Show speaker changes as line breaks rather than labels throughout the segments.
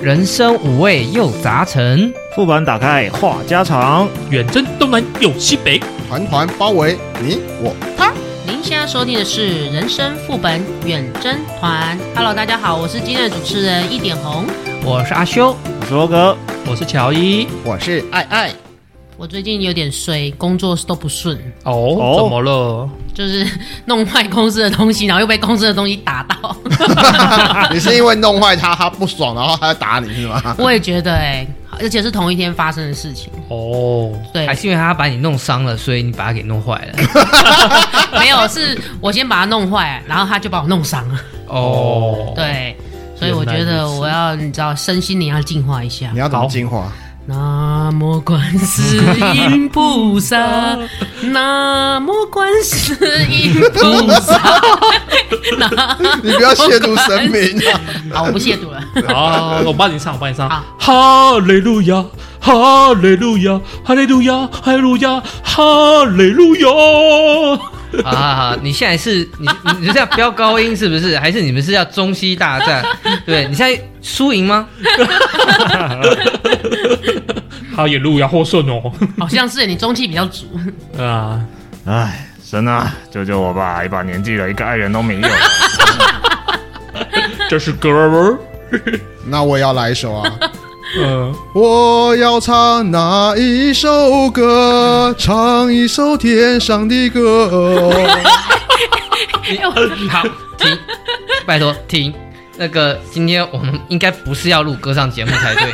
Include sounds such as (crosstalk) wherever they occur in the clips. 人生五味又杂陈。
副本打开话家常，
远征东南有西北，
团团包围你我他。
您现在收听的是《人生副本远征团》。Hello，大家好，我是今天的主持人一点红。
我是阿修，
我是罗哥，
我是乔伊。
我是爱
(laughs)
爱，
我最近有点衰，工作都不顺，
哦，
哦
怎么了？
就是弄坏公司的东西，然后又被公司的东西打
(laughs)
到。
你是因为弄坏他，他不爽，然后他要打你是
(laughs)
吗？
我也觉得哎、而且是同一天发生的事情。
哦，
对
还，是因为他把你弄伤了，所以你把他给弄坏了。
没有，是我先把它弄坏，然后他就把我弄伤了。
(laughs) 哦，，
对，所以我觉
原来
得
如此
我要你知道，身心灵要净化一下
你。要怎么
好
进化？
南无观世音菩萨， (laughs) 南无观世音菩萨。
(laughs) 你不要亵渎神
(laughs)
明啊！
(laughs) 好，我不亵渎了。
好，我帮你唱，我帮你唱
好。
哈利路亚，哈利路亚，哈利路亚，哈利路亚，哈利路亚。
啊好好，你现在是你你你是要飙高音是不是？还是你们是要中西大
(laughs)
战？对你现在输赢吗？
哈利路亚获胜哦。
(laughs) 好像是你中气比较 (laughs) 足，
啊，
哎，神啊，救救我吧！一把年纪了，一个爱人都没有。
这是歌儿。
那我也要来一首啊！
嗯，
我要唱哪一首歌？唱一首天上的歌。
(laughs)
好，停，拜托停。那个今天我们应该不是要录歌唱节目才
(laughs)
对。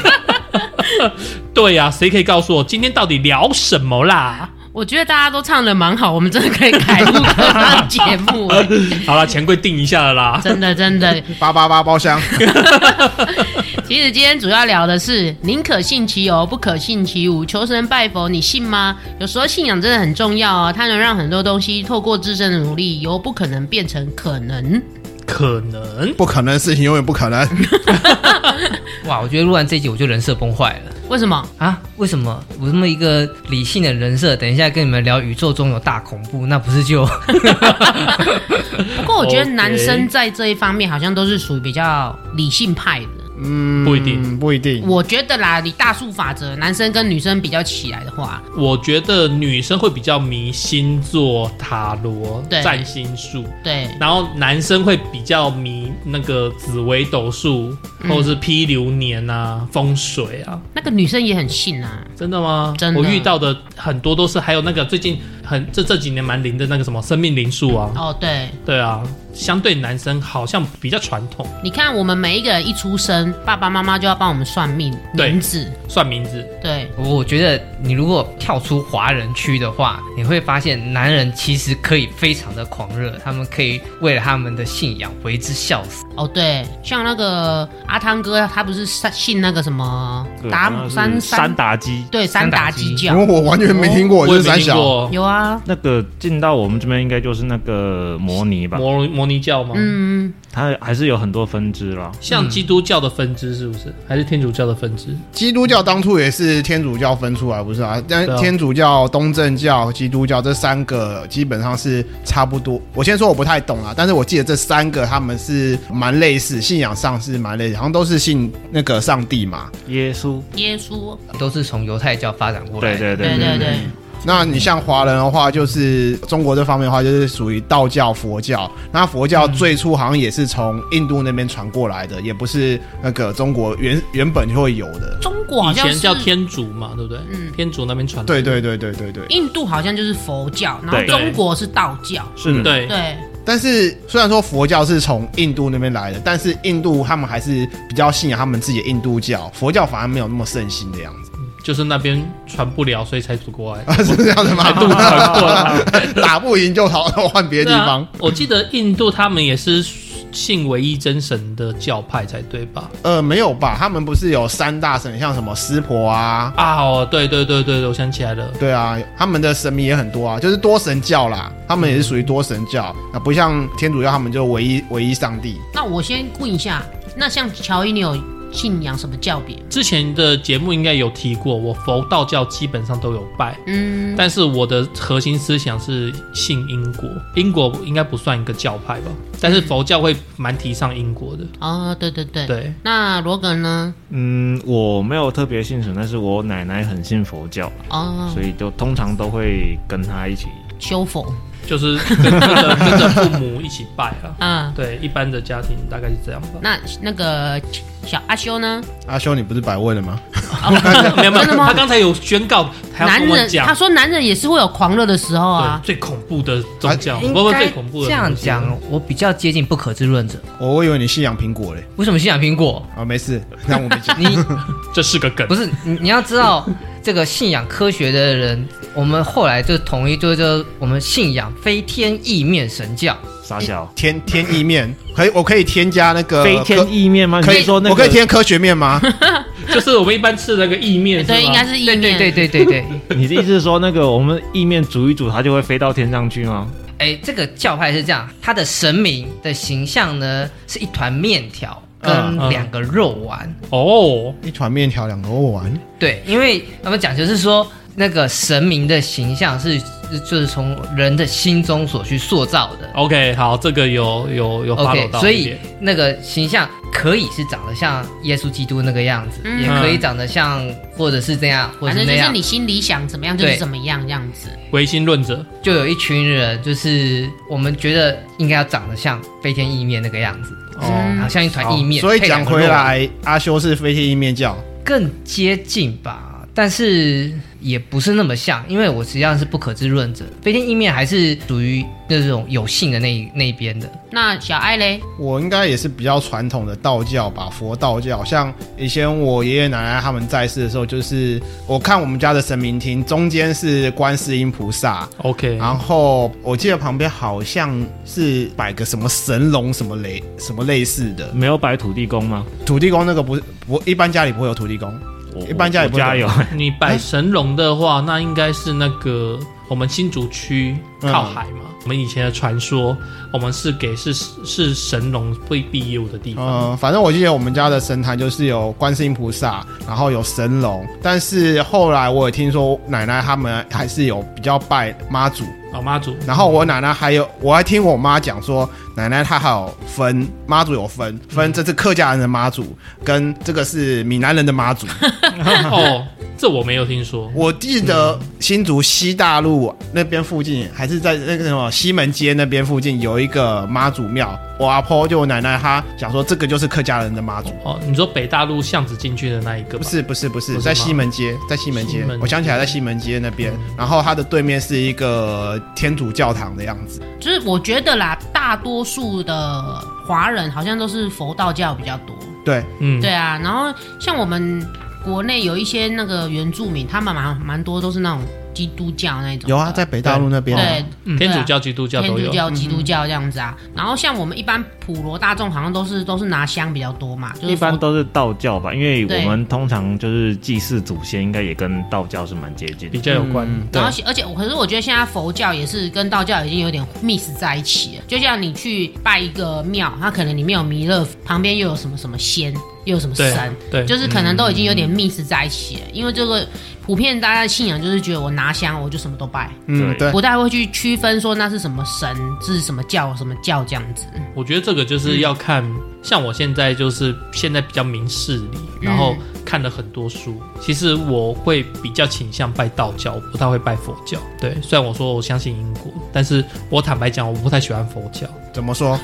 对呀、谁可以告诉我今天到底聊什么啦？
(laughs) 我觉得大家都唱的蛮好，我们真的可以改录歌唱节目、 (laughs) (laughs) 哎
好啦，钱柜定一下了啦。
真的真的。
八八八包
(laughs)
厢，
其实今天主要聊的是宁可信其有，不可信其无。求神拜佛，你信吗？有时候信仰真的很重要啊，它能让很多东西透过自身的努力，由不可能变成可能。
可能
不可能的事情永远不可能。
哇，我觉得录完这一集我就人设崩坏了。
为什么？
啊，为什么我这么一个理性的人设，等一下跟你们聊宇宙中有大恐怖，那不是就 (laughs)
不过我觉得
OK
男生在这一方面好像都是属于比较理性派的。
嗯，
不一定，
不一定。
我觉得啦，以大数法则，男生跟女生比较起来的话，
我觉得女生会比较迷星座、塔罗、
对
占星术，
对，
然后男生会比较迷那个紫微斗数，
嗯
或者是批流年啊、风水啊。
那个女生也很信啊。
真的吗？
真的
我遇到的很多都是，还有那个最近很这这几年蛮灵的那个什么生命灵数啊，
哦，对，
对啊，相对男生好像比较传统，
你看我们每一个人一出生，爸爸妈妈就要帮我们算命
对
名字，
算名字，
对，
我觉得你如果跳出华人区的话，你会发现男人其实可以非常的狂热，他们可以为了他们的信仰为之笑死。
哦，对，像那个阿汤哥，他不是信信那个什么达姆山
三打鸡，
对三
打
达
基
基
因
教
为我完全没听过，
我
就
也
是
没
三
听
小。
过
有啊，
那个进到我们这边应该就是那个摩尼吧，
摩摩尼教吗？
嗯，
它还是有很多分支啦。
像基督教的分支是不
嗯
是？还是天主教的分支？
基督教当初也是天主教分出来，不是啊？但
对啊
天主教、东正教、基督教这三个基本上是差不多。我先说我不太懂啊，但是我记得这三个他们是蛮类似，信仰上是蛮类似，好像都是信那个上帝嘛。
耶稣，
耶稣，
都是从犹太教发展过来
对
的。
对
对
对
对对，
那你像华人的话，就是中国这方面的话，就是属于道教、佛教。那佛教最初好像也是从印度那边传过来的，也不是那个中国原原本就会有的。
中国好
以
像
前
是
叫天主嘛，对不对？
嗯
天主那边传
对对对对对对。
印度好像就是佛教，然后
对
中国是道教，
是的，
对，
对，
但是虽然说佛教是从印度那边来的，但是印度他们还是比较信仰他们自己的印度教，佛教反而没有那么盛行的样子
就是那边传不了，所以才走过来。
啊， (laughs) 是 (laughs) 这样的吗？
度传过来
打不赢就逃，换别的地方。
对啊我记得印度他们也是信唯一真神的教派才对吧？
呃，没有吧？他们不是有三大神，像什么湿婆啊，
啊，哦，对对对对，对我想起来了。
对啊，他们的神明也很多啊，就是多神教啦，他们也是属于多神教啊，不像天主教他们就唯一唯一上帝。
那我先问一下，那像乔伊，你有信仰什么教别。
之前的节目应该有提过，我佛道教基本上都有拜，
嗯，
但是我的核心思想是信因果，因果应该不算一个教派吧，但是佛教会蛮提倡因果的。
哦，对对对。 (laughs)
对，
那罗格呢？
嗯，我没有特别信神，但是我奶奶很信佛教，
哦
所，以就通常都会跟她一起。
修佛
就是跟着跟着父母一起拜啊。
啊。
对，一般的家庭大概是这样吧。
那那个小阿修呢？
阿啊修，你不是白问了吗？
没有没有，
真的吗
他刚才有宣告，还要
男
跟我
人
讲
他，说男人也是会有狂热的时候啊
对，。最恐怖的宗教，
应
不不，
该
最恐怖的
这样
东西啊
讲，我比较接近不可知论者。
我我以为你信仰苹果嘞。
为什么信仰苹果？
啊，没事，那我们讲。
你
这是个梗
不。是 (laughs) 你你要知道，这个信仰科学的人，我们后来就统一就就我们信仰非天意面神教。
傻小，
天天意面，可以，我可以添加那 (laughs) 个
飞天
科
意面吗？
呃可
你
以
是说那
我可以
个，
添科学面吗？ (laughs)
就是我们一般吃的那个意面，
对，
吗
应该是意
对对
面。
对对对对。 (laughs)
你的意思是说那个我们意面煮一煮，它就会飞到天上去
(laughs)
吗？
哎，这个教派是这样，它的神明的形象呢是一团面条跟
嗯
嗯
两个肉丸。
哦，
一团面条，两个肉丸，
对，因为他们讲就是说，那个神明的形象是就是从人的心中所去塑造的。
OK，好，这个有有有 follow
OK，
到
所
一
以
点，
那个形象可以是长得像耶稣基督那个样子，
嗯
也可以长得像或者是这样，或
反
者是
正
那
就是
样。
你心里想怎么样就是
对
怎么样这样子。
唯心论者，
就有一群人，就是我们觉得应该要长得像飞天意面那个样子，
嗯
好、像一啊团意面。
所以
配两
讲
个
回
肉丸
来，阿修是飞天意面教，
更接近吧，但是也不是那么像，因为我实际上是不可知论者，飞天意面还是属于那种有性的那一那一边的。
那小艾嘞？
我应该也是比较传统的道教吧，佛道教。像以前我爷爷奶奶他们在世的时候，就是我看我们家的神明厅中间是观世音菩萨，
OK，
然后我记得旁边好像是摆个什么神龙什么类什么类似的。
没有摆土地公吗？
土地公那个不是不一般家里不会有土地公，
我
一般家
我
也不会
家有，
你摆神龙的话，那应该是那个我们新竹区靠海嘛。我们以前的传说，我们是给是是神龙会庇佑的地方。
嗯，反正我记得我们家的神坛就是有观世音菩萨，然后有神龙，但是后来我也听说奶奶他们还是有比较拜妈祖，
老哦妈祖，
然后我奶奶还有我还听我妈讲说，奶奶她还有分妈祖有分分这是客家人的妈祖跟这个是闽南人的妈祖， (laughs)
(laughs) 哦，这我没有听说。
我记得新竹西大路那边附近，还是在那个什么西门街那边附近有一个妈祖庙，我阿婆就我奶奶她讲说这个就是客家人的妈祖。
哦，你说北大陆巷子进去的那一个吧
不是不是不
不
是，
是
在
吗
西门街，在西门街
西门，
我想起来在西门街那边，然后它的对面是一个天主教堂的样子。
就是我觉得啦，大多数的华人好像都是佛道教比较多。
对，
嗯，
对啊，然后像我们国内有一些那个原住民，他们蛮蛮多都是那种基督教那种。
有啊，在北大陆那边啊，
对，
嗯天主教、基督教
天
都
主
有。
教、基督教这样子啊。然后像我们一般普罗大众，好像都是都是拿香比较多嘛，就是
一般
佛
都是道教吧，因为
对
我们通常就是祭祀祖先，应该也跟道教是蛮接近
比
的。
较有关。
嗯对
然后而且我可是我觉得现在佛教也是跟道教已经有点 mix 在一起了，就像你去拜一个庙，它可能里面有弥勒，旁边又有什么什么仙，又有什么
对
神，
对
就是可能都已经有点 mix 在一起了。因为这个普遍大家的信仰就是觉得我拿香我就什么都拜，
嗯，对，
不太会去区分说那是什么神，是什么教，什么教这样子。
我觉得这个
嗯
就是要看，像我现在就是现在比较明事理，
嗯
然后看了很多书。其实我会比较倾向拜道教，我不太会拜佛教。对，虽然我说我相信因果，但是我坦白讲，我不太喜欢佛
(laughs)
教。
怎么说？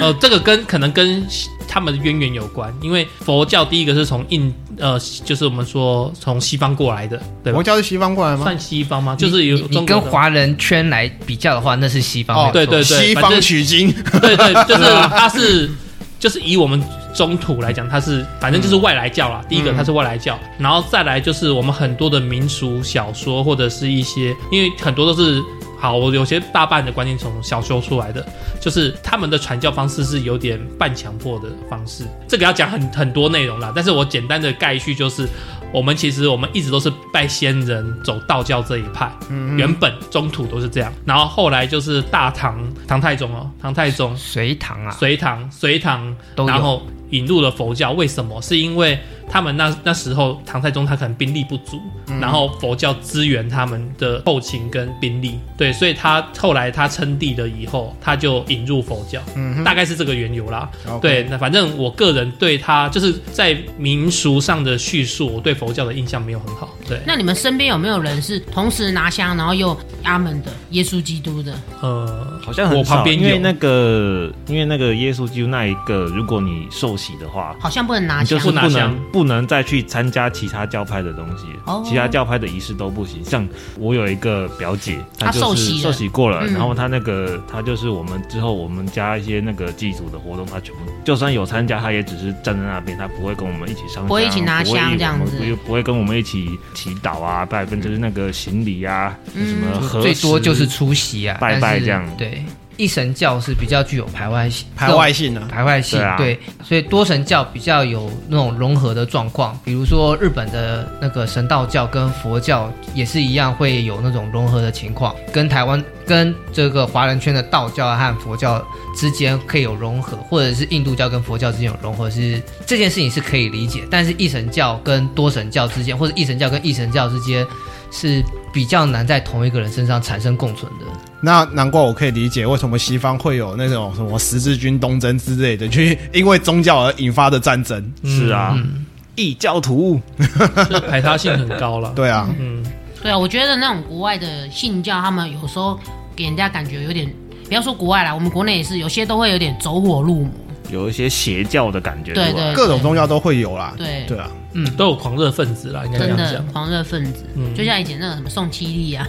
呃，这个跟可能跟他们的渊源有关，因为佛教第一个是从印呃，就是我们说从西方过来的，对吧
佛？教是西方过来吗？
算西方吗？就是有
你你
中
你
国
跟
的
华人圈来比较的话，那是西方没
哦
有
啊对对
错
对，
西
反正
方取经，
(laughs) 对对，就是它是，就是以我们中土来讲，它是反正就是外来教啦。第一个它是外来教，然后再来就是我们很多的民俗小说或者是一些，因为很多都是好，我有些大半的观念从小说出来的，就是他们的传教方式是有点半强迫的方式。这个要讲很很多内容啦，但是我简单的概叙就是。我们其实我们一直都是拜先人走道教这一派，原本中土都是这样，然后后来就是大唐唐太宗哦，唐太宗
隋唐啊，
隋唐，隋唐，
都有
然后引入了佛教，为什么？是因为他们那那时候唐太宗他可能兵力不足，
嗯
然后佛教支援他们的后勤跟兵力，对，所以他后来他称帝了以后，他就引入佛教，
嗯
大概是这个缘由啦。
OK
对，那反正我个人对他就是在民俗上的叙述，我对佛教的印象没有很好。对，
那你们身边有没有人是同时拿香，然后又阿门的耶稣基督的？
呃，
好像很
我旁
少
边
因为
有
那个，因为那个耶稣基督那一个，如果你受洗的话，
好像不能拿
你就
香
是
不，拿
不
香
能不能再去参加其他教派的东西
哦，
其他教派的仪式都不行。像我有一个表姐，
她
她就
受
是
洗了
受洗过了，
嗯
然后她那个她就是我们之后我们家一些那个祭祖的活动，她全部就算有参加，她也只是站在那边，她不会跟我们一起上香，
不会一起拿
不会
香
一
这样
我们
子
不会不会跟我们一起祈祷啊、拜分，就是那个行礼啊，
嗯
什么和
最多就是出席啊，
拜拜
但是
这样
对，一神教是比较具有排外性，
排外性啊，
排外性，
对啊
对，所以多神教比较有那种融合的状况，比如说日本的那个神道教跟佛教也是一样，会有那种融合的情况，跟台湾跟这个华人圈的道教和佛教之间可以有融合，或者是印度教跟佛教之间有融合是，这件事情是可以理解，但是一神教跟多神教之间，或者一神教跟一神教之间是比较难在同一个人身上产生共存的。
那难怪我可以理解为什么西方会有那种什么十字军东征之类的，去因为宗教而引发的战争。
是啊，
嗯
异教徒。
就是 (laughs) 排他性很
(laughs)
高了。
对啊，
嗯，
对啊，我觉得那种国外的信教，他们有时候给人家感觉有点，不要说国外啦，我们国内也是，有些都会有点走火入魔。
有一些邪教的感觉，
对
是吧
对
各种宗教都会有啦。
对
对啊，
嗯都有狂热分子啦，啊应该这
真
样
的
讲。
狂热分子，
嗯
就像以前那个什么宋七力啊，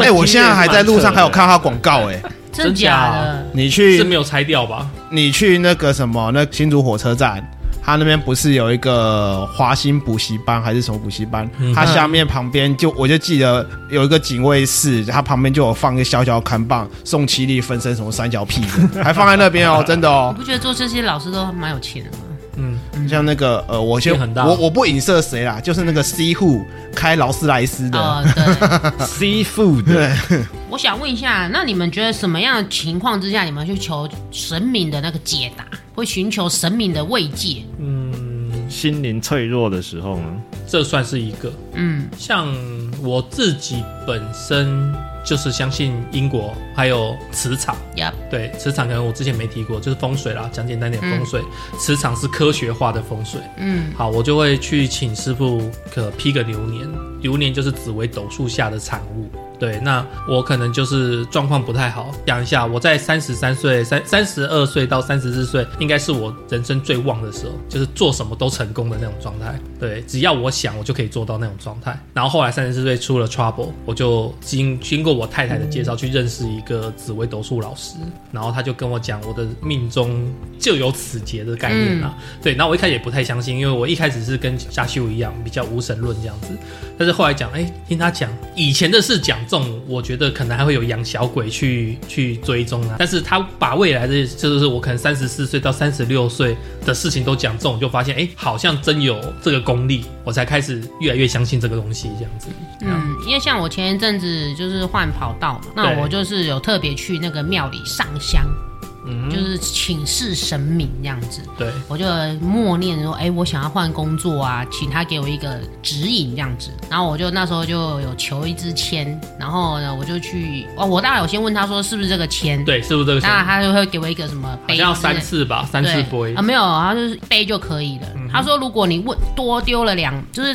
哎、我现在还在路上还有看到他广告哎、
真的
真假
假
啊
的？
你
是
去
没有拆掉吧？
你去那个什么那新竹火车站，他那边不是有一个华兴补习班还是什么补习班？
嗯
他下面旁边就我就记得有一个警卫室，他旁边就有放一个小小的看棒，宋七力分身什么三角屁
(laughs)
的，还放在那边哦，真的
你
哦。
不觉得做这些老师都蛮有钱的吗？
嗯，
像那个呃，我先
变很大
我我不影射谁啦，就是那个 C Who 开劳斯莱斯的，
啊
哦，对。
(laughs)
，seafood，
我想问一下，那你们觉得什么样的情况之下，你们去求神明的那个解答，会寻求神明的慰藉？
心灵脆弱的时候
(laughs)
呢，
这算是一个。
嗯，
像我自己本身就是相信因果，还有磁场。
呀，
对，磁场可能我之前没提过，就是风水啦，讲简单点，风水、磁场是科学化的风水。
嗯，
好，我就会去请师傅可批个流年，流年就是紫微斗数下的产物。对，那我可能就是状况不太好。讲一下，我在三十三岁、三三十二岁到三十四岁，应该是我人生最旺的时候，就是做什么都成功的那种状态。对，只要我想，我就可以做到那种状态。然后后来三十四岁出了 trouble，我就经经过我太太的介绍去认识一个紫微斗数老师，然后他就跟我讲，我的命中就有此劫的概念啦、对，然后我一开始也不太相信，因为我一开始是跟沙修一样比较无神论这样子，但是后来讲，哎、听他讲以前的事讲中，我觉得可能还会有养小鬼去 (laughs) 去追踪啊，但是他把未来的就是我可能三十四岁到三十六岁的事情都讲中，我就发现，哎、好像真有这个功力，我才开始越来越相信这个东西这样子。
嗯，因为像我前一阵子就是换跑道嘛，那
对
我就是有特别去那个庙里上香，就是请示神明这样子。
对，
我就默念说，哎、我想要换工作啊，请他给我一个指引这样子。然后我就那时候就有求一支签，然后呢，我就去哦，我当然有先问他说是不是这个签，，
对，是不是这个想
那
法？嗯
他就会给我一个什么
好
杯
像要
之类
三
的
次吧，三次嗯
对
播音
啊，没有，他就是背就可以了。他说，如果你问多丢了两，就是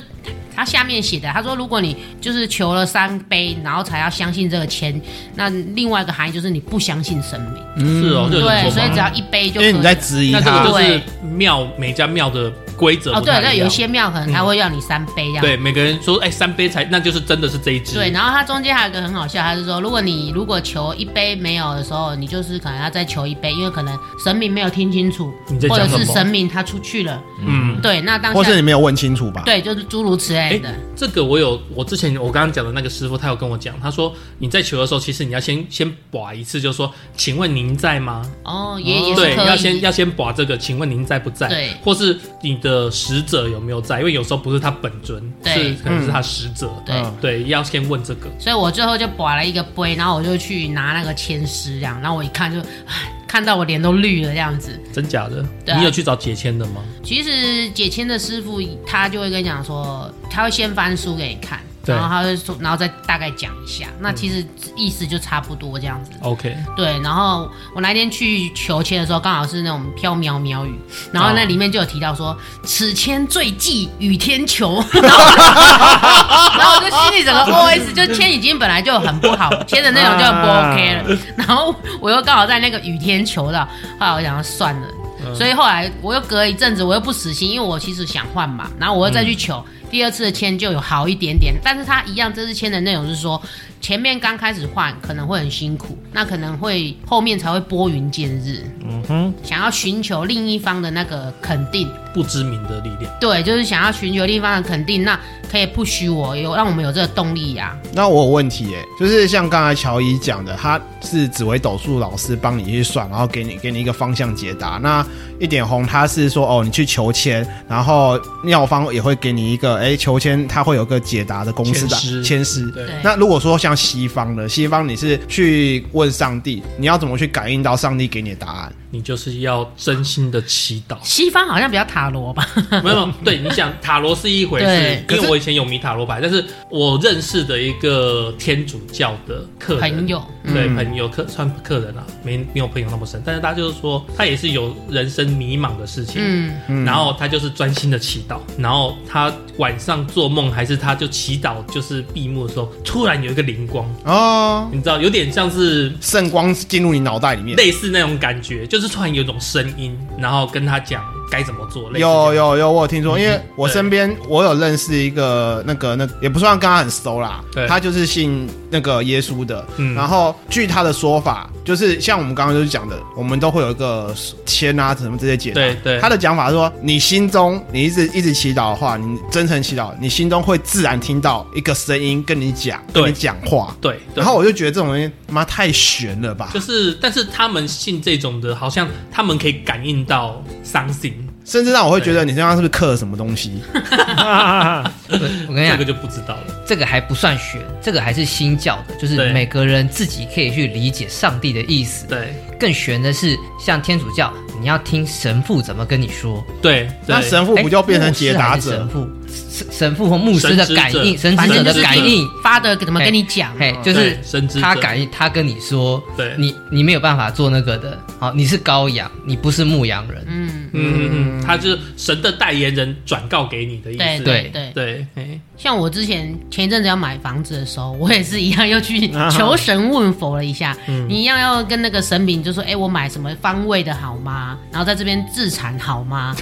他下面写的，他说如果你就是求了三杯，然后才要相信这个签，那另外一个含义就是你不相信神明，
是哦，就有这
对，
种
所
说
以只
法。
要一杯就
因
可以
为
了。
你在质疑
那这
他
个就
对
是庙每家庙的规则
哦，
不
对，
太
那有
一
一
样嗯
些庙可能他会要你三杯这样。
对每个人说，哎，三杯才，那就是真的是这一支。
对，然后它中间还有一个很好笑，他是说，如果你如果求一杯没有的时候，你就是可能要再求一杯，因为可能神明没有听清楚
你在，
或
讲
者
什
是
么
神明他出去了，
嗯，
对，那当
或
下
是你没有问清楚吧？
对，就是诸如此类
哎
的，，
这个我有，我之前我刚刚讲的那个师傅，他有跟我讲，他说你在求的时候，其实你要先先把一次，就说，请问您在吗？
哦，也也
对，
是可
要先
以，
要先把这个，请问您在不在？
对
或是你的使者有没有在？因为有时候不是他本尊，
对
是可能是他使者。
对。
嗯
对，要先问这个。
所以我最后就把了一个杯，然后我就去拿那个签诗，这样，然后我一看就，唉看到我脸都绿了这样子。
真假的？
对啊
你有去找解签的吗？
其实解签的师傅他就会跟你讲说，他会先翻书给你看，
对
然后他会说，然后再大概讲一下，那其实意思就差不多这样子。
OK，
对，然后我那天去求签的时候，刚好是那种飘渺渺雨，然后那里面就有提到说“此签最忌雨天求”， (laughs) 然后然后我就心里整个 OS 就签已经本来就很不好，签的那种就很不 OK 了，然后我又刚好在那个雨天求到，后来我想说算了。所以后来我又隔一阵子，我又不死心，因为我其实想换嘛，然后我又再去求、第二次的签就有好一点点，但是他一样，这次签的内容是说前面刚开始换可能会很辛苦，那可能会后面才会拨云见日，
嗯哼，
想要寻求另一方的那个肯定，
不知名的力量。
对，就是想要寻求另一方的肯定，那可以不许我有让我们有这个动力呀、
那我有问题耶、就是像刚才乔伊讲的，他是紫微斗数老师帮你去算，然后给你给你一个方向解答。那一点红他是说哦，你去求签，然后妙方也会给你一个，哎、求签他会有个解答的公式
签
的
师
签师。
对
对，
那如果说像西方的，西方你是去问上帝，你要怎么去感应到上帝给你的答案？
你就是要真心的祈祷 (laughs)
西方好像比较塔罗吧，
没有，没有对，你想塔罗是一回事
对，
因
可
为
是
我以前有迷塔罗牌，但是我认识的一个天主教的客人
朋友，嗯
对
嗯
朋友客算客人啊，没没有朋友那么深，但是他就是说他也是有人生迷茫的事情，
嗯，
然后他就是专心的祈祷，然后他晚上做梦还是他就祈祷，就是闭幕的时候突然有一个灵光，
哦，
你知道有点像是
圣光进入你脑袋里面。
类似那种感觉，就是突然有一种声音，然后跟他讲该怎么做，类似这
有
样嗯
有有，我有听说，因为我
对
身边我有认识一个那个那也不算跟他很熟啦
对，
他就是信那个耶稣的。
嗯
然后据他的说法，就是像我们刚刚就是讲的，我们都会有一个签啊什么这些解答。
对对
他的讲法是说，你心中你一直一直祈祷的话，你真诚祈祷，你心中会自然听到一个声音跟你讲，
对
跟你讲话。
对，对
然后我就觉得这种东西妈太悬了吧，
就是，但是他们信这种的，好像他们可以感应到 something，
甚至让我会觉得你身上是不是刻了什么东西？
我跟你
这
讲
个，就不知道了。
这个还不算玄，这个还是新教的，就是
对
每个人自己可以去理解上帝的意思。
对
更玄的是，像天主教，你要听神父怎么跟你说。
对
那
对，
神父不就变成
哎牧师
解答
还是
者
神父、神神父或牧师的感应，神
神
反
职
正
者
就
的
是
感应，
发的怎么跟你讲，
嘿，就是
啊对神职
他
者
感应，他跟你说，
对
你你没有办法做那个的。好，你是羔羊，你不是牧羊人。
嗯，
嗯嗯嗯，他就是神的代言人转告给你的意
对
思。
对
对
对。
对，嘿
像我之前前一阵子要买房子的时候，我也是一样又去
啊
求神问佛了一下，
嗯
你一样要跟那个神明就说，哎、我买什么方位的好吗？然后在这边自产好
(laughs)
吗？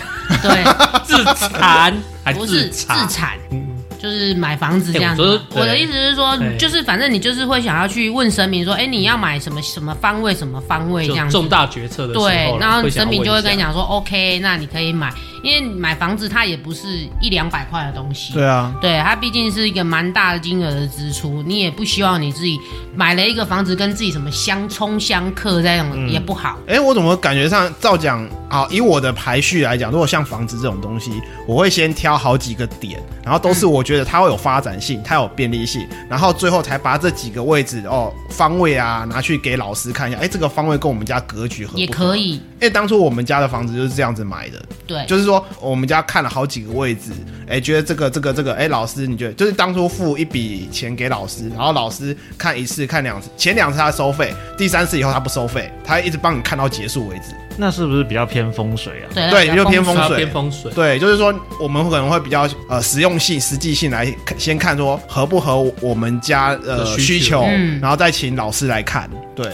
对，
自残还
不是自
残，
产，
嗯
就是买房子这样子
哎我
嘛。
说
我的
对
意思是说
对，
就是反正你就是会想要去问神明说，哎、你要买什么什么方位什么方位这
就
样子。
重大决策的时候
对
啦，，
然后神明就会跟你
讲，
讲说，OK，那你可以买，因为买房子它也不是一两百块的东西，
对啊，
对，它毕竟是一个蛮大的金额的支出，你也不希望你自己买了一个房子跟自己什么相冲相克这种、也不好。
哎、我怎么感觉上照讲啊？以我的排序来讲，如果像房子这种东西，我会先挑好几个点，然后都是我觉得它会有发展性，它有便利性，然后最后才把这几个位置哦方位啊拿去给老师看一下，哎、这个方位跟我们家格局合不合
也可。以，
哎、当初我们家的房子就是这样子买的，
对，
就是说我们家看了好几个位置，哎、觉得这个这个这个，哎、老师你觉得就是当初付一笔钱给老师，然后老师看一次看两次，前两次他收费，第三次以后他不收费，他一直帮你看到结束为止。
那是不是比较偏风水啊？
对
对
比较
就偏
丰
风
富
他
水
偏风水，
对，就是说我们可能会比较呃实用性、实际性来看先看说合不合我们家呃
的
需
需
求，
求
嗯
然后再请老师来看。对，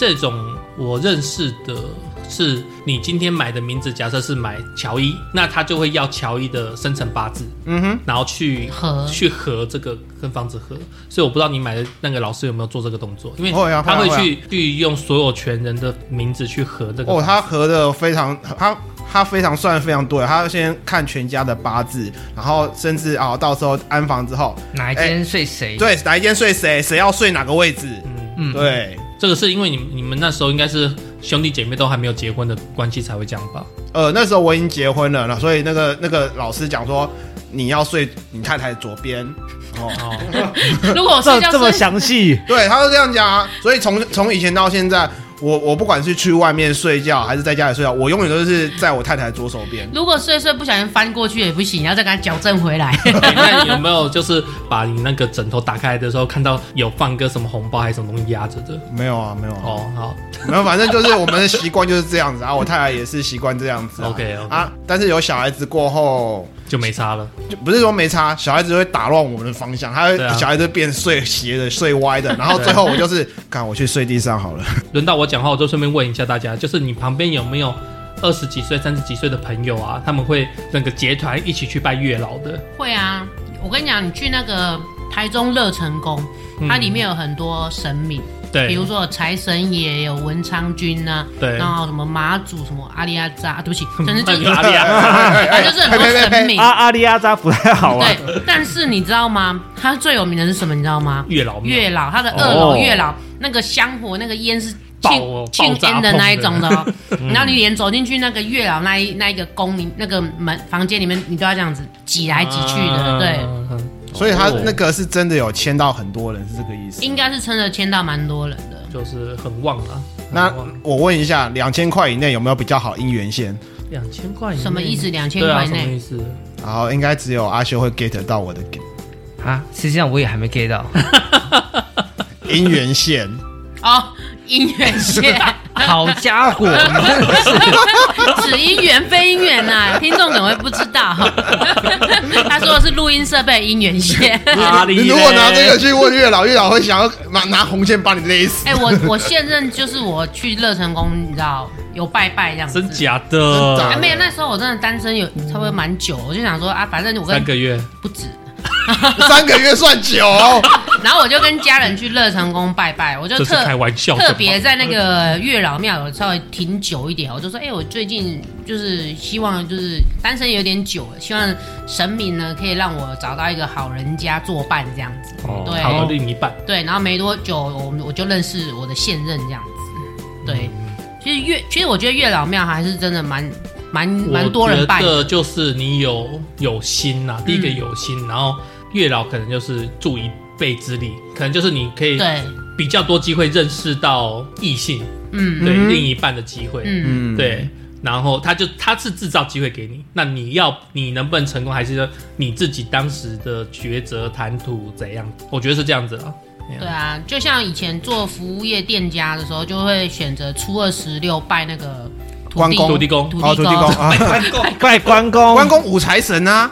这种我认识的是，你今天买的名字，假设是买乔伊，那他就会要乔伊的生辰八字，
嗯哼，
然后去
合
去合这个跟房子合。所以我不知道你买的那个老师有没有做这个动作，因为
会啊
他
会啊
去去用所有权人的名字去合这个
哦，他合的非常他。他非常算得非常对，他要先看全家的八字，然后甚至啊、到时候安房之后，
哪一间睡谁？
哎对，哪一间睡谁，谁要睡哪个位置。
哎嗯，
对，
这个是因为你你们那时候应该是兄弟姐妹都还没有结婚的关系才会这样
(laughs)
吧？
呃，那时候我已经结婚了，那所以那个那个老师讲说，你要睡你太太左边。哦， (laughs)
(laughs) 如果我睡
这
觉
这么
是
详细，
对，他就这样讲啊。所以从从以前到现在，我我不管是去外面睡觉还是在家里睡觉，我永远都是在我太太左手边。
如果睡睡不小心翻过去也不行，要再给它矫正回来。
那你有没有就是把你那个枕头打开的时候，看到有放个什么红包还是什么东西压着的？
没有啊，没有啊，
哦，好，
没有，反正就是我们的习惯就是这样子啊。我太太也是习惯这样子啊、
OK，OK
啊，但是有小孩子过后，
就没差了。
就不是说没差，小孩子会打乱我们的方向，他会、
对啊啊
小孩子变睡斜的、睡歪的，然后最后我就是，看我去睡地上好了。
轮到我讲话，我就顺便问一下大家，就是你旁边有没有二十几岁、三十几岁的朋友啊？他们会那个结团一起去拜月老的，
会啊，我跟你讲，你去那个台中乐成宫，它里面有很多神明，
对，
比如说有财神爷，有文昌君啊，
对
然后什么马祖，什么阿里阿扎，啊对不起，反正就
那
是
个阿里亚，
反正就是很多神明
阿。阿里阿扎不太好啊。
哎对，但是你知道吗？它最有名的是什么？你知道吗？
月老庙
月老，它的二楼
哦
月老、那个香火那个烟是
爆
庆
哦
庆
爆炸
烟的
碰
那一
的
种的、哦， (laughs) 然后你连走进去那个月老那一那一个宫里那个门房间里面，你都要这样子挤来挤去的，对，
啊
所以他
哦
那个是真的有牵到很多人，是这个意思。
应该是真的签到蛮多人的。
就是很旺啊。
那我问一下，两千块以内有没有比较好姻缘线？
两千块以内
什么意思？？两千
对啊，
块
什么
内
意思？
然后应该只有阿修会 get 到我的 get
啊，实际上我也还没 get 到。
姻缘
(laughs)
线。
啊
哦，姻缘线， (laughs)
好家
(laughs)
伙，
只姻缘非姻缘呐，听众可能会不知道。 (laughs) 他说的是录音设备姻缘线。
阿里
(laughs) 你
嘞，
如果拿这个去问月老，月老会想要拿拿红线把你勒死。 (laughs)
哎、我我现任就是我去乐成宫，你知道有拜拜这样子。
真假
真
哎
假
的？
没有，那时候我真的单身有差不多蛮久，我就想说啊，反正我
三
跟
个月，
不止，
三个月算久，
然后我就跟家人去乐成宫拜拜，我就
这是
特
开玩笑的吧，
特别在那个月老庙有稍微停久一点，我就说，哎、我最近就是希望就是单身有点久了，希望神明呢可以让我找到一个好人家作伴这样子。
哦
对
好的另一半。
对，然后没多久我们我就认识我的现任这样子。对，其实月其实我觉得月老庙还是真的蛮蛮蛮多人拜嗯
我觉
的。
得就是你有有心呐、啊第一个有心，然后月老可能就是助一臂之力，可能就是你可以
对，
比较多机会认识到异性，
嗯
对、
嗯
另一半的机会，
嗯，
嗯，
对。然后他就他是制造机会给你，那你要你能不能成功，还是说你自己当时的抉择、谈吐怎样？我觉得是这样子啊。
嗯
对啊，就像以前做服务业店家的时候，就会选择初二十六拜那个土
关
地
公
土地公
土
哦，土地公啊， (laughs)
拜关公，
关公五财神啊，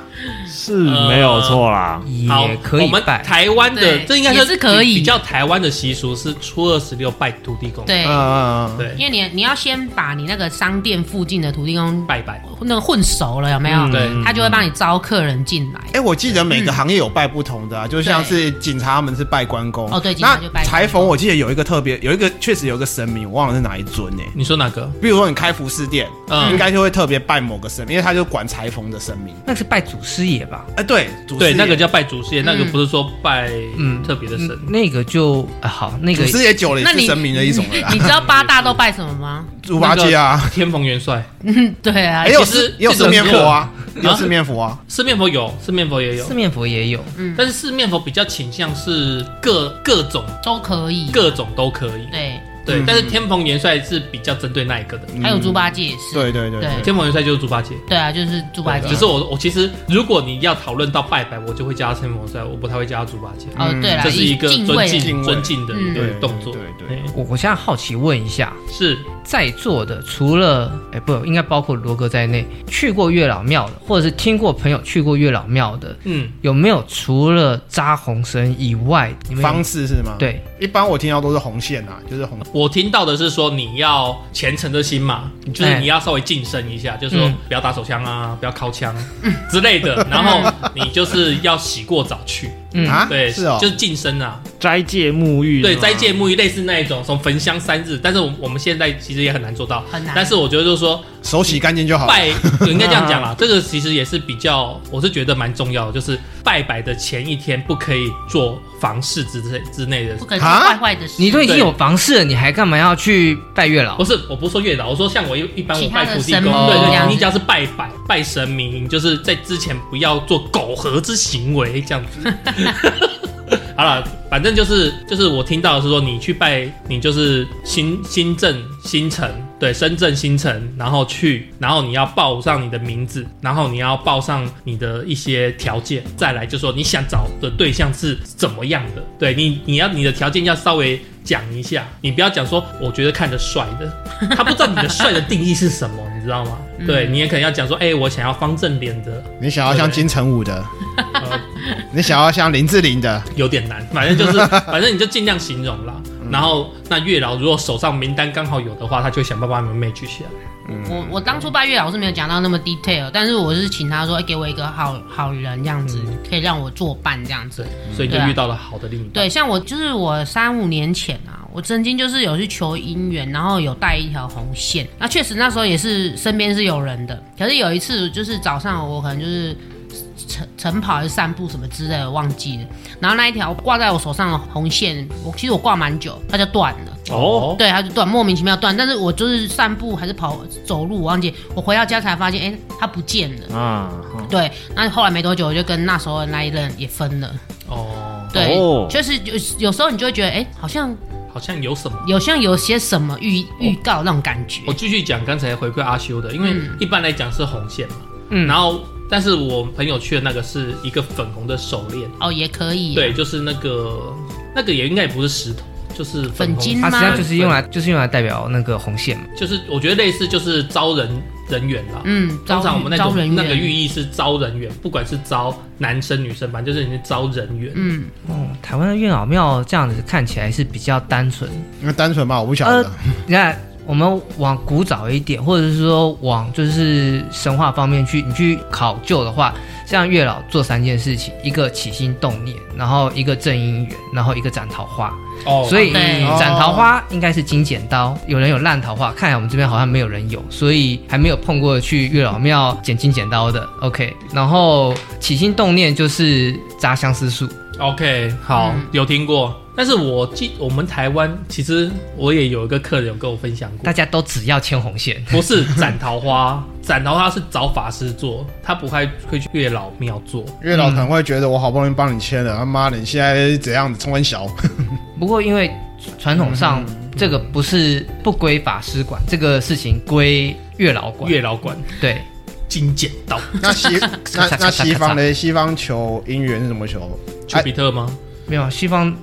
是没有错啦。
呃
好
也，可
我
以
们
拜。
台湾的
对
这应该
也是可以
比较台湾的习俗是初二十六拜土地公，
对
嗯，嗯，嗯
对，
因为你你要先把你那个商店附近的土地公
拜拜。
那个混熟了，有没有？
嗯对
他就会帮你招客人进来。
哎，我记得每个行业有拜不同的啊，就像是警察们是拜关公，
哦对警察
那
就拜关公
裁缝我记得有一个特别，有一个确实有一个神明，我忘了是哪一尊呢。
你说哪个？
比如说你开服饰店，
嗯
应该就会特别拜某个神明，因为他就管裁缝的神明。
那个是拜祖师爷吧？
哎，对，祖师
对，
爷
那个叫拜祖师爷，那个
嗯
不是说拜
嗯
特别的神，
那个就、啊、好，那
祖
个
师爷久了也
那
是
你
神明的一种了啦
(laughs) 你，知道八大都拜什么
(laughs)
吗？
猪八戒啊，
天蓬元帅、
嗯， (laughs) 对啊
也，有
其实
四也有
这种
四面佛啊，
有
也有四面佛啊，
四面佛有，四面佛也有
四，面佛也有。
嗯，
但是四面佛比较倾向是各各种
都可以。
各种都可以，
哎
对，
对
嗯。
但是天蓬元帅是比较针对那一个的，
还有猪八戒也是。
对对对
对
对，
天蓬元帅就是猪八戒。
对啊，就是猪八戒
只。是我我其实如果你要讨论到拜拜，我就会加天蓬元帅，我不太会加猪八戒，
哦，对了，
嗯这是一个
敬
尊
畏
敬
敬畏
尊敬的一
嗯
个
对
动作
对。对
嗯
我我现在好奇问一下，
是
在座的除了哎不应该包括罗哥在内，去过月老庙的，或者是听过朋友去过月老庙的，
嗯，
有没有除了扎红绳以外，你们有
方式是吗？，
对
一般我听到都是红线啊，就是红
我听到的是说你要虔诚的心嘛，就是
哎
你要稍微晋升一下，就是说
嗯
不要打手枪啊，不要靠枪之类的，然后你就是要洗过澡去，
嗯
啊，
对，
是哦
就，是晋升啊，
斋戒沐浴，啊
对，斋戒沐浴类似那一种，从焚香三日，但是我我们现在其实也很难做到，
很难
但是我觉得就是说
手洗干净就好了。
拜，应该这样讲啦，这个其实也是比较，我是觉得蛮重要的，就是拜拜的前一天不可以做房事之类之内的
不可能是坏坏的事。
你都已经
对
有房事了，你还干嘛要去拜月老
不？是，我不说月老，我说像我一一般我
其他
拜
的
土地
神
公，
明
对
这样
对，
子
你只要是拜拜拜神
(laughs)
明，你就是在之前不要做苟合之行为这样子。 (laughs) 好了，反正就是就是我听到的是说，你去拜，你就是新新镇新城，对，深圳新城，然后去，然后你要报上你的名字，然后你要报上你的一些条件，再来就说你想找的对象是怎么样的，对你你要你的条件要稍微。讲一下，你不要讲说我觉得看着帅的，他不知道你的帅的定义是什么，你知道吗？
嗯
对你也可能要讲说，哎、我想要方正脸的， (laughs)
你想要像金城武的，
呃，
你想要像林志玲的，
有点难，反正就是 (laughs) 反正你就尽量形容啦。然后那月老如果手上名单刚好有的话，他就会想办法把你们 match 起来。
我我当初拜月老是没有讲到那么 detail，但是我是请他说，哎、给我一个好好人这样子，
嗯
可以让我作伴这样子
对。，所以就
对啊
遇到了好的另一半。
对，像我就是我三五年前啊，我曾经就是有去求姻缘，然后有带一条红线，那确实那时候也是身边是有人的，可是有一次就是早上我可能就是。晨晨跑还是散步什么之类的，忘记了。然后那一条挂在我手上的红线，我其实我挂蛮久，它就断了。
哦，
对，它就断，莫名其妙断。但是我就是散步还是跑走路，我忘记。我回到家才发现，哎、它不见了。
啊，
哦
哈
对，那后来没多久，我就跟那时候的那一任也分了。
哦，
对，
哦
确实有有时候你就会觉得，哎、好像
好像有什么。
有像有些什么
哦
预预告那种感觉。
我继续讲刚才回馈阿修的，因为
嗯
一般来讲是红线嘛，
嗯
然后但是我朋友去的那个是一个粉红的手链，
哦，也可以、
对，，就是那个那个也应该也不是石头，就是粉
粉
红
金
它实
吗
际？上啊就是用来就是用来代表那个红线嘛。
就是我觉得类似就是招人人缘啦。
嗯，
通常我们那
招人
种那个
缘
寓意是招人缘，不管是招男生女生，反正就是你是招人缘。 (laughs)
嗯，
哦，台湾的月老庙这样子看起来是比较单纯。
因为单纯嘛，我不晓得
呃。你看，我们往古早一点，或者是说往就是神话方面去，你去考究的话，像月老做三件事情：一个起心动念，然后一个正姻缘，然后一个斩桃花。
哦
所以
对
斩桃花应该是金剪刀，有人有烂桃花，看来我们这边好像没有人有，所以还没有碰过去月老庙捡金剪刀的。OK，然后起心动念就是扎相思树，
OK，好，
嗯
有听过。但是我记我们台湾，其实我也有一个客人有跟我分享过
大，家都只要牵红线。
(laughs) 不是斩桃花， (laughs) 斩桃花是找法师做，他不太会去月老庙做。
月老可能会觉得我好不容易帮你签了，他妈的你现在是怎样子冲很小？ (laughs)
不过因为传统
嗯
上这个不是不归法师管，这个事情归月老管。
月老管
对，
金剪刀，
哎
那
(laughs)
西那那西方嘞？西方求姻缘是怎么求？
丘比特吗？
没有西方，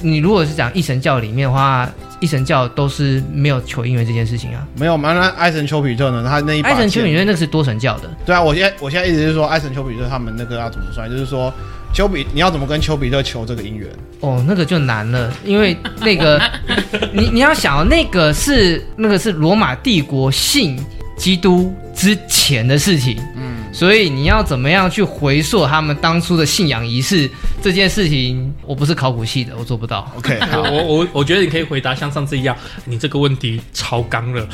你如果是讲一神教里面的话，一神教都是没有求姻缘这件事情啊。
没有嘛？那爱神丘比特呢？他那一把
爱神丘比
剑
特那个是多神教的，
对啊，我现在我现在一直是说爱神丘比特他们那个要怎么算，就是说丘比你要怎么跟丘比特求这个姻缘？
哦，那个就难了，因为那
(laughs)
个你你要想哦，那个是那个是罗马帝国信基督之前的事情，嗯，所以你要怎么样去回溯他们当初的信仰仪式这件事情，我不是考古系的，我做不到。
(laughs)
OK，
我我我我觉得你可以回答像上次一样，你这个问题超纲了。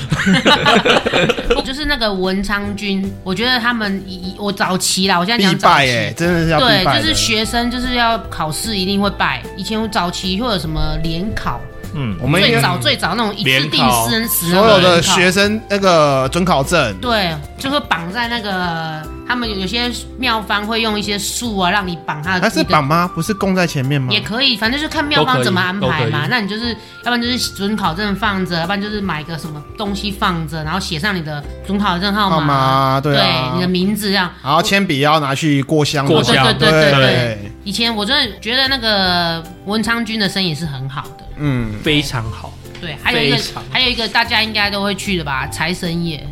就是那个文昌君，我觉得他们以以我早期啦，我现在
必
讲早
拜
期。
哎、真的是要必
对，
拜的。
就是学生就是要考试一定会拜。以前我早期会有什么联考，
嗯，
我们应
最
该
早最早那种一次
联
定
考
生死那
所
种
有的
联考
学生那个准考证，
对，就会绑在那个他们有有些庙方会用一些树啊，让你绑他的。
还是绑吗？不是供在前面吗
也？可以，反正就看庙
都
方
可以
怎么安排
都可
嘛
以。
那你就是，要不然就是准考证放着，要不然就是买个什么东西放着，然后写上你的准考证号码，
号码对啊
你的名字这样。
然后铅笔要拿去过香嘛，
过香
对对对对对。
对，
以前我真的觉得那个文昌君的生意是很好的，
嗯，
非常好。
对，还有一个
非常
还有一个大家应该都会去的吧，财神爷、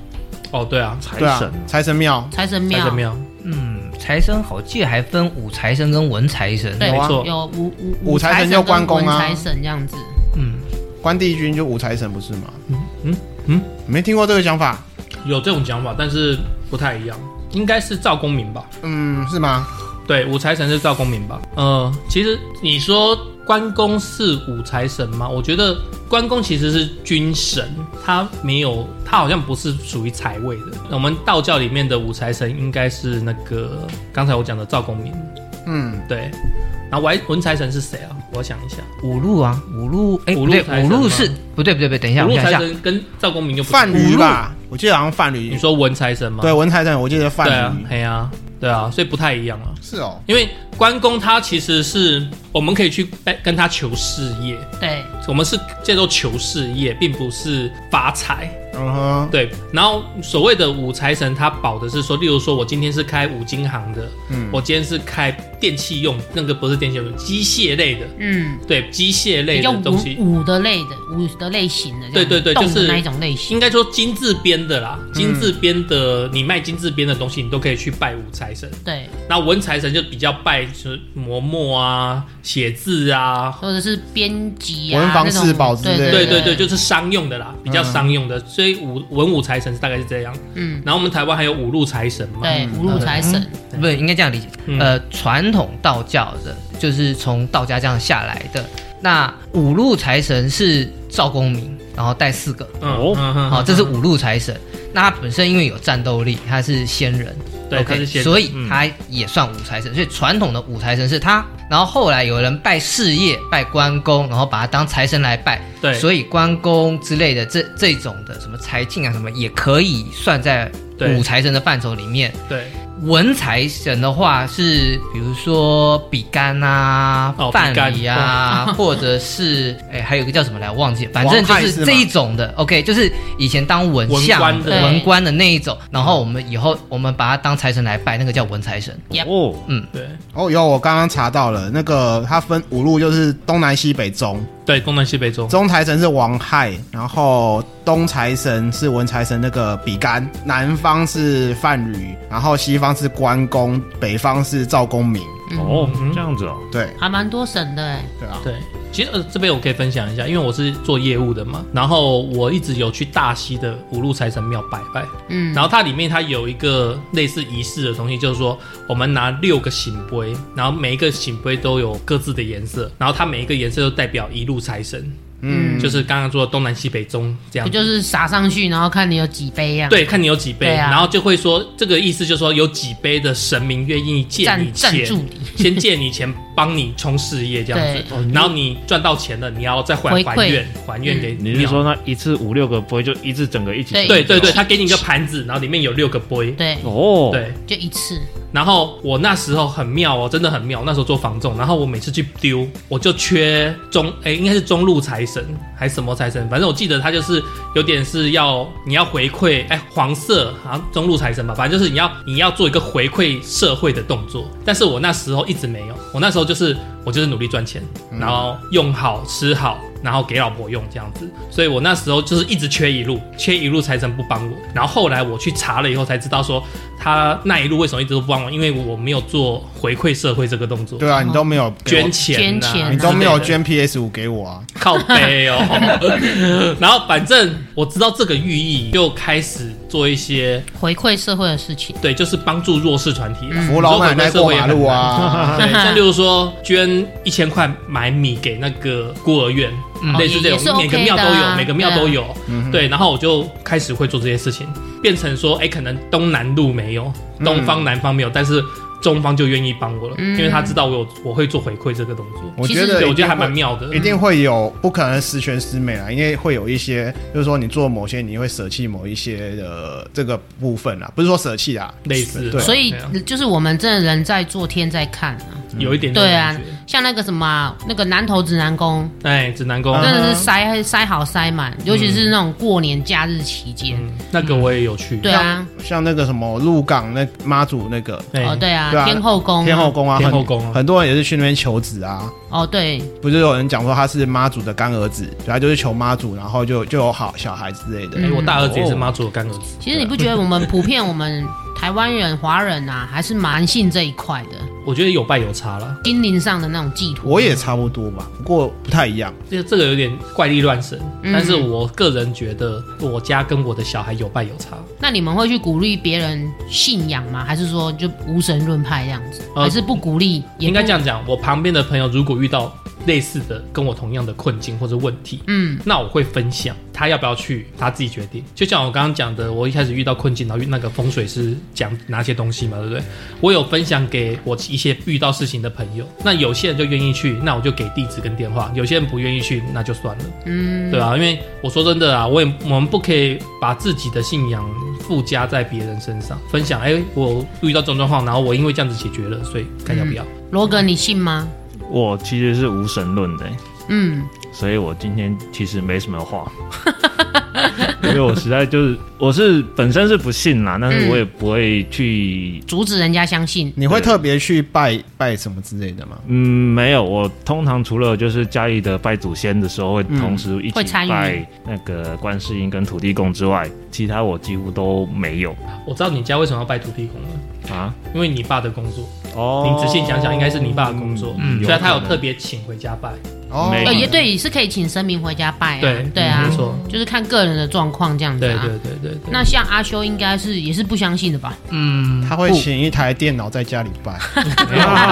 哦，对啊，
财
对啊
神，，
财神庙，
财神
财
庙，
神庙
嗯，财神好记还分武财神跟文财神，
对，
没错
有五五
武财神就关公啊
文财神这样子。
嗯，
关帝君就五财神不是吗？
嗯嗯，
没听过这个想法，
有这种讲法，但是不太一样，应该是赵公明吧。
嗯，是吗？
对，五财神是赵公明吧？呃，其实你说关公是五财神吗？我觉得关公其实是军神，他没有，他好像不是属于财位的。我们道教里面的五财神应该是那个刚才我讲的赵公明，
嗯，
对。然后文文财神是谁啊？我想一下，
五路啊，五路，哎，
五
不
路
对，
财神
五路
吗
是不对不对不对，等一下，
五
哎我
路
想一
财
下，
神跟赵公明就不是
哦范。蠡吧，我记得好像范
你
蠡，
说文财神吗？
对，文财神，我记得
对
范
啊，
蠡，
嘿啊，对啊，所以不太一样啊。
是哦，
因为关公他其实是我们可以去拜跟他求事业，
对，
我们是叫做求事业，并不是发财。
嗯哼，
对，然后所谓的五财神，他保的是说，例如说我今天是开五金行的，
嗯
我今天是开电器用，那个不是电器用，机械类的，
嗯，
对，机械类
比较
的东西，
武武的类的武的类型的这样，
对对对
动
就
的
是
那一种类型
应。该说金字边的啦，金字边的，你卖金字边的东西，你都可以去拜五财神。
对，
那文财神就比较拜就是磨墨啊、写字啊，
或者是编辑啊，
文房
那种
四宝之类的
对
对
对对，就是商用的啦，比较商用的。所以武文武财神大概是这样。
嗯，
然后我们台湾还有五路财神嘛，
对，五路财神，
不是应该这样理解？
嗯
呃，传统道教的就是从道家这样下来的。那五路财神是赵公明，然后带四个，
哦
嗯
好、这是五路财神。那他本身因为有战斗力，他是仙人
对他
，OK，
是仙人
所以
嗯
他也算五财神。所以传统的五财神是他，然后后来有人拜事业、拜关公，然后把他当财神来拜，
对，
所以关公之类的这这种的什么财进啊什么，也可以算在
对
五财神的范畴里面。
对
文财神的话是，比如说比干啊
哦、
范
比干哦
蠡
(laughs)
啊，或者是哎，还有一个叫什么来忘记了，反正就
王亥是
是
吗
这一种的。OK，就是以前当文
文
相
官的
对
文官的那一种，然后我们以后我们把它当财神来拜，那个叫文财神。
Yep
哦，
对啊
哦，有我刚刚查到了，那个它分五路，就是东南西北中，
对，东南西北中，
中财神是王亥，然后东财神是文财神那个比干，南方是范蠡，然后西方是关公，北方是赵公明，
哦
嗯，
这样子哦，
对
还蛮多神的哎，
对啊，
对，其实呃这边我可以分享一下，因为我是做业务的嘛，然后我一直有去大溪的五路财神庙拜拜，
嗯，
然后它里面它有一个类似仪式的东西，就是说我们拿六个醒杯，然后每一个醒杯都有各自的颜色，然后它每一个颜色都代表一路财神，
嗯
就是刚刚说的东南西北中这样
不
子。
就是撒上去，然后看你有几杯呀？
对，看你有几杯，
对啊
然后就会说这个意思，就是说有几杯的神明愿意借你
站站
钱，
住你，
先借你钱帮你冲事业这样
哦
子，然后你赚到钱了，你要再还
回馈
还愿还愿给
你是说那一次五六个不会就一次整个一起
对
吃
对对对，
哦
他给你一个盘子，然后里面有六个杯，
对，
哦，
对。
就一次，
然后我那时候很妙哦，真的很妙。那时候做房仲，然后我每次去丢，我就缺中，哎，应该是中路财神还是什么财神，反正我记得他就是有点是要你要回馈，哎，黄色好像中路财神吧，反正就是你要你要做一个回馈社会的动作。但是我那时候一直没有，我那时候就是我就是努力赚钱，然后用好吃好。然后给老婆用这样子，所以我那时候就是一直缺一路，缺一路财神不帮我。然后后来我去查了以后才知道说，他那一路为什么一直都不帮我？因为我没有做回馈社会这个动作，
对啊，你都没有给我
捐，钱、啊，
捐钱啊
你都没有捐 PS 五给我啊，
(laughs) 靠背 (laughs) 哦。然后反正我知道这个寓意，就开始做一些
回馈社会的事情。
对，就是帮助弱势团体啦，
扶老奶奶
弱势社
过
会也
马
很
路
难。
啊，
嗯
对，
(laughs)
像例如说捐一千块买米给那个孤儿院，类似这
嗯也是
种，每个
OK
庙
的
都
啊
有，每个庙
对啊
都有。
嗯
对，然后我就开始会做这些事情，变成说，哎，可能东南路没有，
嗯
东方南方没有，但是中方就愿意帮我了，
嗯
因为他知道我有我会做回馈这个动作。
我
其
觉
实
得
对，
一
我觉
定
得还
会
蛮妙的。
一定会有，不可能十全十美啦，因为会有一些，就是说你做某些，你会舍弃某一些的呃这个部分啊啦，不是说舍弃啦，
类似
对，
所以
对啊
就是我们这人在做天在看啊，
有一点这种
对啊
感觉，
像那个什么啊那个南投指南宫，
哎，指南宫
真，的是塞塞好塞满，尤其是那种过年假日期间，
嗯那个我也有去。
对啊，
像那个什么鹿港那妈祖那个
哎
哦对啊
对，啊
天后宫啊，
天后宫啊，
天后
很
宫啊
很多人也是去那边求子啊。
哦对，
不是有人讲说他是妈祖的干儿子，然后就是求妈祖，然后就就有好小孩之类的。
嗯
哎，我大儿子也是
嗯
哦
妈祖的干儿子。
其实你不觉得我们普遍我们台湾人华人啊，还是蛮信这一块的，
我觉得有败有差啦，
心灵上的那种寄托。
我也差不多吧，不过不太一样。
这这个有点怪力乱神，
嗯
但是我个人觉得我家跟我的小孩有败有差，
那你们会去鼓励别人信仰吗？还是说就无神论派这样子？
呃
还是不鼓励？也
应该这
样。
样讲。我旁边的朋友如果遇到类似的跟我同样的困境或者问题，
嗯，
那我会分享他要不要去，他自己决定。就像我刚刚讲的，我一开始遇到困境，然后遇那个风水师讲哪些东西嘛，对不对？我有分享给我一些遇到事情的朋友，那有些人就愿意去，那我就给地址跟电话；有些人不愿意去，那就算了，嗯，对啊，因为我说真的啊，我也我们不可以把自己的信仰附加在别人身上，分享。哎、我遇到这种状况，然后我因为这样子解决了，所以看要不要。
罗格，你信吗？
我其实是无神论的、
嗯，
所以我今天其实没什么话， (laughs) 因为我实在就是我是本身是不信啦，但是我也不会去，
阻止人家相信。
你会特别去拜拜什么之类的吗？
嗯，没有，我通常除了就是家里的拜祖先的时候会同时一
会
起
参与
拜那个观世音跟土地公之外，其他我几乎都没有
我知道你家为什么要拜土地公了，
啊。
因为你爸的工作，
哦
你仔细想想，应该是你爸的工作，
嗯
所以他有
可能 (laughs)
特别请回家拜。
哦
没有
呃，也对，是可以请神明回家拜、啊。
对嗯
对啊
没，错，
就是看个人的状况这样子
对
啊。
对对对对。
那像阿修应该是也是不相信的吧？
嗯，
他会
不
请一台电脑在家里拜，
没有啦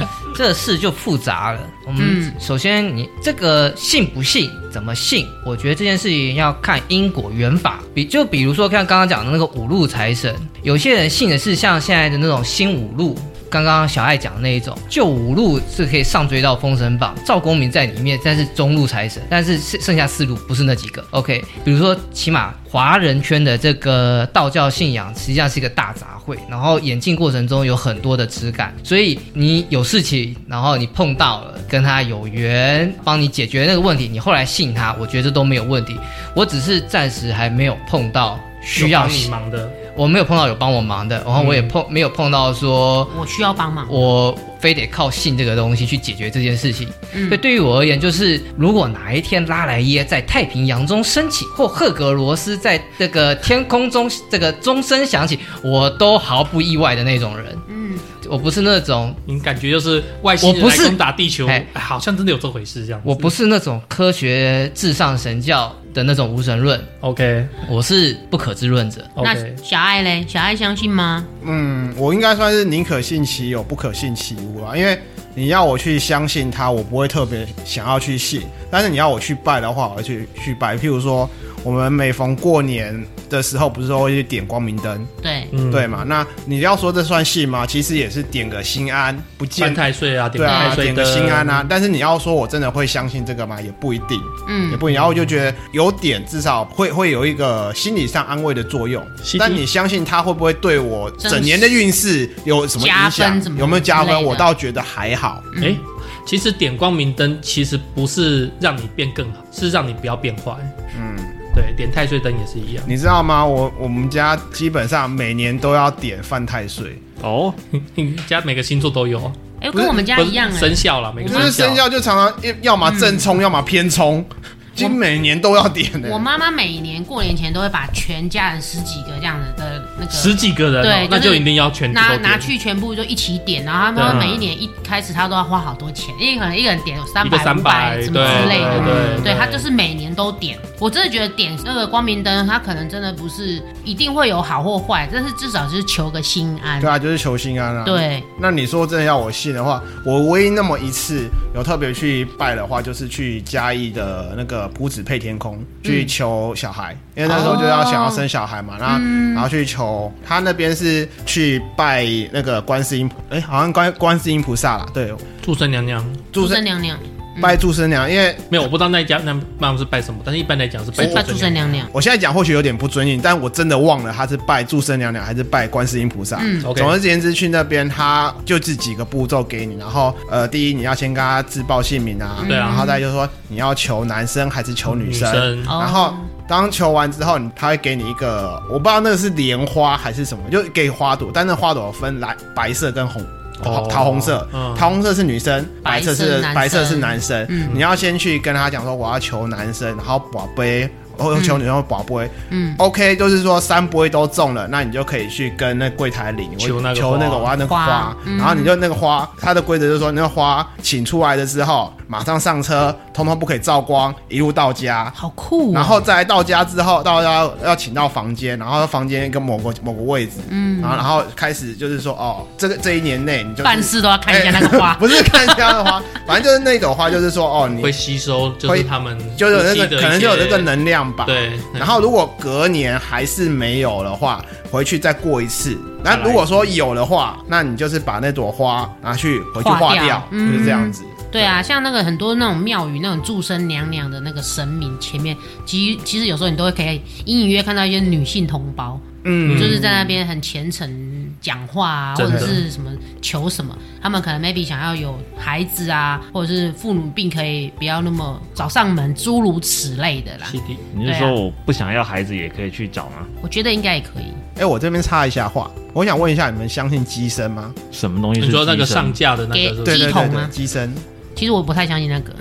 啊
这事就复杂了。我
嗯
们首先你这个信不信，怎么信？我觉得这件事情要看因果缘法。比就比如说看刚刚讲的那个五路财神，有些人信的是像现在的那种新五路。刚刚小爱讲的那一种，旧五路是可以上追到封神榜，赵公明在里面，但是中路财神，但是剩剩下四路不是那几个。OK，比如说起码华人圈的这个道教信仰实际上是一个大杂烩，然后演进过程中有很多的枝干，所以你有事情，然后你碰到了，跟他有缘，帮你解决那个问题，你后来信他，我觉得这都没有问题。我只是暂时还没有碰到需要
有帮你
信，
忙的，
我没有碰到有帮我忙的，然后我也碰、没有碰到说
我需要帮忙。
我非得靠信这个东西去解决这件事情。
嗯
所以对于我而言，就是如果哪一天拉莱耶在太平洋中升起，或赫格罗斯在这个天空中这个钟声响起，我都毫不意外的那种人。
嗯，
我不是那种，
你感觉就是外星人
我
来
不是
攻打地球，
哎
好像真的有这回事这样子。
我不是那种科学至上神教的那种无神论，
OK
我是不可知论者。
OK
那。小爱嘞？小爱相信吗？
嗯，我应该算是宁可信其有，不可信其无啊啦。因为你要我去相信它，我不会特别想要去信；但是你要我去拜的话，我会去去拜。譬如说，我们每逢过年的时候，不是都会去点光明灯，
对，
嗯
对嘛？那你要说这算信吗？其实也是点个心安，不
犯
见
太岁啊，
对
点
啊，
太岁
点
的
个心安啊。但是你要说我真的会相信这个吗？也不一定，也
嗯，
不一定。然后我就觉得有点，至少会会有一个心理上安慰的作用。
CD
但你相信它会不会对我
真
整年的运势有什么影
加分
响
怎么？
有没有加
之类
分？
的
我倒觉得还好。
哎、其实点光明灯其实不是让你变更好，是让你不要变坏。
嗯，
对，点太岁灯也是一样。
你知道吗？我我们家基本上每年都要点犯太岁，
哦，
你家每个星座都有，哦
哎、跟我们家
不是
一样哎、
生肖啦，每
我
个
们的生
肖。
肖就常常要要么正冲，要么偏冲，就每年都要点的、
嗯我妈妈每年过年前都会把全家人十几个这样子的那个
十几个人、哦，
对
那
就是
就一定要全部
拿
都
拿
点
去全部就一起点，然后他们
对啊
每一年一开始他都要花好多钱，因为可能一个人点有三
一个
百、
三
五百
百，
什
对
么之类的。
对
对他就是每年都点，我真的觉得点那个光明灯，他可能真的不是一定会有好或坏，但是至少就是求个心安
对。啊，就是求心安啊。
对，
那你说真的要我信的话，我唯一那么一次有特别去拜的话，就是去嘉义的那个铺子配天空
嗯
去求小孩，因为那时候就要想要生小孩嘛，然后、
嗯
然后去求他那边是去拜那个观世音菩，哎、好像观观世音菩萨啦，对，
祝生娘娘
祝
生
生
娘嗯娘，
拜祝生娘，因为
没有，我不知道那一家那妈妈是拜什么，但是一般来讲是拜
是拜
祝
祝
生
生
娘
娘娘。
我现在讲或许有点不尊敬，但我真的忘了他是拜祝生娘娘还是拜观世音菩萨。
嗯
，OK
总而言之，去那边他就这几个步骤给你，然后呃，第一你要先跟他自报姓名啊，
对啊
然后再就说你要求男生还是求女生，
生
哦
然后。当求完之后，你他会给你一个，我不知道那个是莲花还是什么，就给花朵，但那花朵有分蓝、白色跟红、桃
哦
桃红色，
嗯
桃红色是女生，白色是
白色男生
白色是男生。
嗯
你要先去跟他讲说我要求男生，然后宝贝，或者求女生宝贝，
嗯，
OK，就是说三波都中了，那你就可以去跟那柜台领
求那个
求那个
花
我要那个花，
花嗯
然后你就那个花，它的规则就是说那个花请出来的之后，马上上车，通通不可以照光，一路到家。
好酷、哦。
然后再来到家之后，到家要要请到房间，然后房间跟某个某个位置，
嗯
然，后然后开始就是说哦，这个这一年内你就哎
办事都要看一下那个花。
(laughs) 不是看家的花， (laughs) 反正就是那种花，就是说哦，你
会吸收，就是
会
他们
就是有那
夫妻
个
的
可能
一
就有
些
那个能量吧，
对，
然后如果隔年还是没有的话，回去再过一次。那如果说有的话，那你就是把那朵花拿去回去
化
化
掉
掉，
嗯
就是这样子。
对啊，像那个很多那种庙宇那种祝生娘娘的那个神明前面，其实其实有时候你都会可以隐隐约看到一些女性同胞，
嗯，
就是在那边很虔诚讲话啊，或
真的
者是什么求什么，他们可能 maybe 想要有孩子啊，或者是父母病可以不要那么找上门，诸如此类的啦。
七弟，
你是
对啊
说我不想要孩子也可以去找吗？
我觉得应该也可以。
哎、我这边插一下话，我想问一下，你们相信鸡生吗？
什么东西是
你说那个
寄生
上架的那个是不
对对
是
鸡
对
桶吗
对，鸡生。
其实我不太相信那个，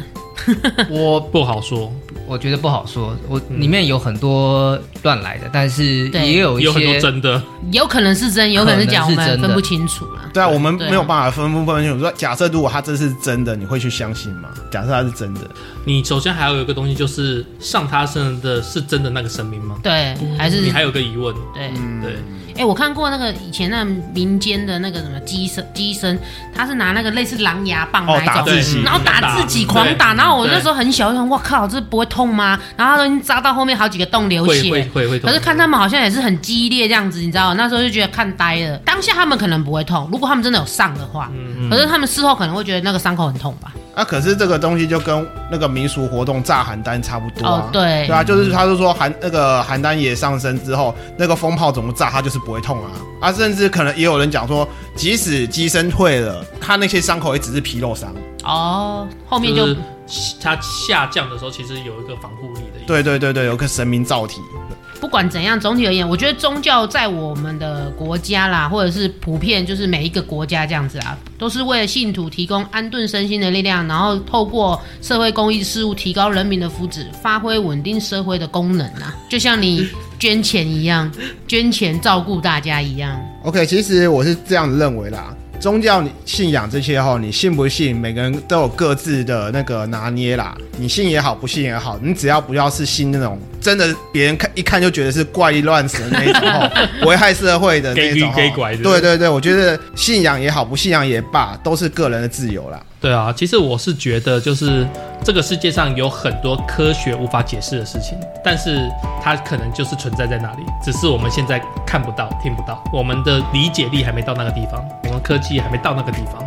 我
不好说，
我觉得不好说，我
嗯
里面有很多乱来的，但是
对
也有一
有很多
些
真的，
有可能是真，有可能是假，
可能是
我们
真的
分不清楚啦。
对啊，我们
对啊
没有办法分不分清楚。说假设如果他这是真的，你会去相信吗？假设他是真的，
你首先还有一个东西就是上他身的是真的那个神明吗？
对，还是
嗯你还有嗯个疑问，
对。
对，
哎、我看过那个以前那民间的那个什么机身，机身，他是拿那个类似狼牙棒
哦
那一种，
打自己
然后打自己狂打，
对
然后我
嗯对
那时候很小，我想我靠，这不会痛吗？然后他都已经扎到后面好几个洞流
会会
血。
会会痛
可是。看他们好像也是很激烈这样子，你知道，那时候就觉得看呆了。当下他们可能不会痛，如果他们真的有上的话，
嗯
可是他们事后可能会觉得那个伤口很痛吧？
啊，可是这个东西就跟那个民俗活动炸邯郸差不多啊。
哦，对，
对啊，就是他就说邯那个邯郸也上升之后，那个风炮怎么炸，它就是不会痛啊。啊，甚至可能也有人讲说，即使机身退了，他那些伤口也只是皮肉伤。
哦，后面就、
就是它下降的时候，其实有一个防护力的。
对对对对，有个神明造体。
不管怎样，总体而言，我觉得宗教在我们的国家啦，或者是普遍就是每一个国家这样子啊，都是为了信徒提供安顿身心的力量，然后透过社会公益事务提高人民的福祉，发挥稳定社会的功能啊，就像你捐钱一样，捐钱照顾大家一样。
OK，其实我是这样认为啦。宗教信仰这些哈，你信不信，每个人都有各自的那个拿捏啦。你信也好，不信也好，你只要不要是信那种真的别人看一看就觉得是怪力乱神那一种
(laughs)
吼，危害社会的那一种吼
给给拐是不
对
是
对对，我觉得信仰也好，不信仰也罢，都是个人的自由啦。
对啊，其实我是觉得，就是这个世界上有很多科学无法解释的事情，但是它可能就是存在在那里，只是我们现在看不到、听不到，我们的理解力还没到那个地方，我们科技还没到那个地方。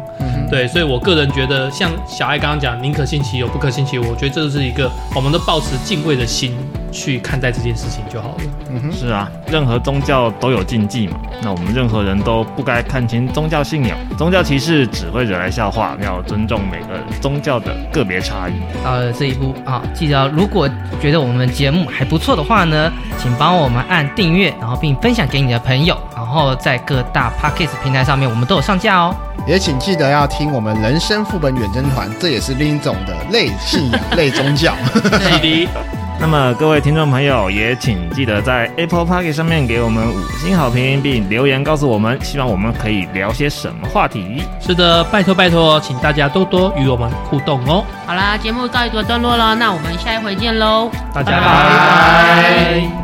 对，所以我个人觉得，像小爱刚刚讲，宁可信其有，不可信其无，我觉得这就是一个我们都抱持敬畏的心去看待这件事情就好了。
是啊，任何宗教都有禁忌嘛。那我们任何人都不该看轻宗教信仰，宗教歧视只会惹来笑话。要尊重每个宗教的个别差异。
到了这一步啊，记得哦如果觉得我们节目还不错的话呢，请帮我们按订阅，然后并分享给你的朋友，然后在各大 podcast 平台上面我们都有上架哦。
也请记得要听我们人生副本远征团，这也是另一种的类信
(laughs)
仰、类宗教。
启迪，
那么各位听众朋友，也请记得在 Apple p o c k e t 上面给我们五星好评，并留言告诉我们，希望我们可以聊些什么话题。
是的，拜托拜托，请大家多多与我们互动哦，
好啦，节目告一个段落了，那我们下一回见喽。
大家
拜拜
拜拜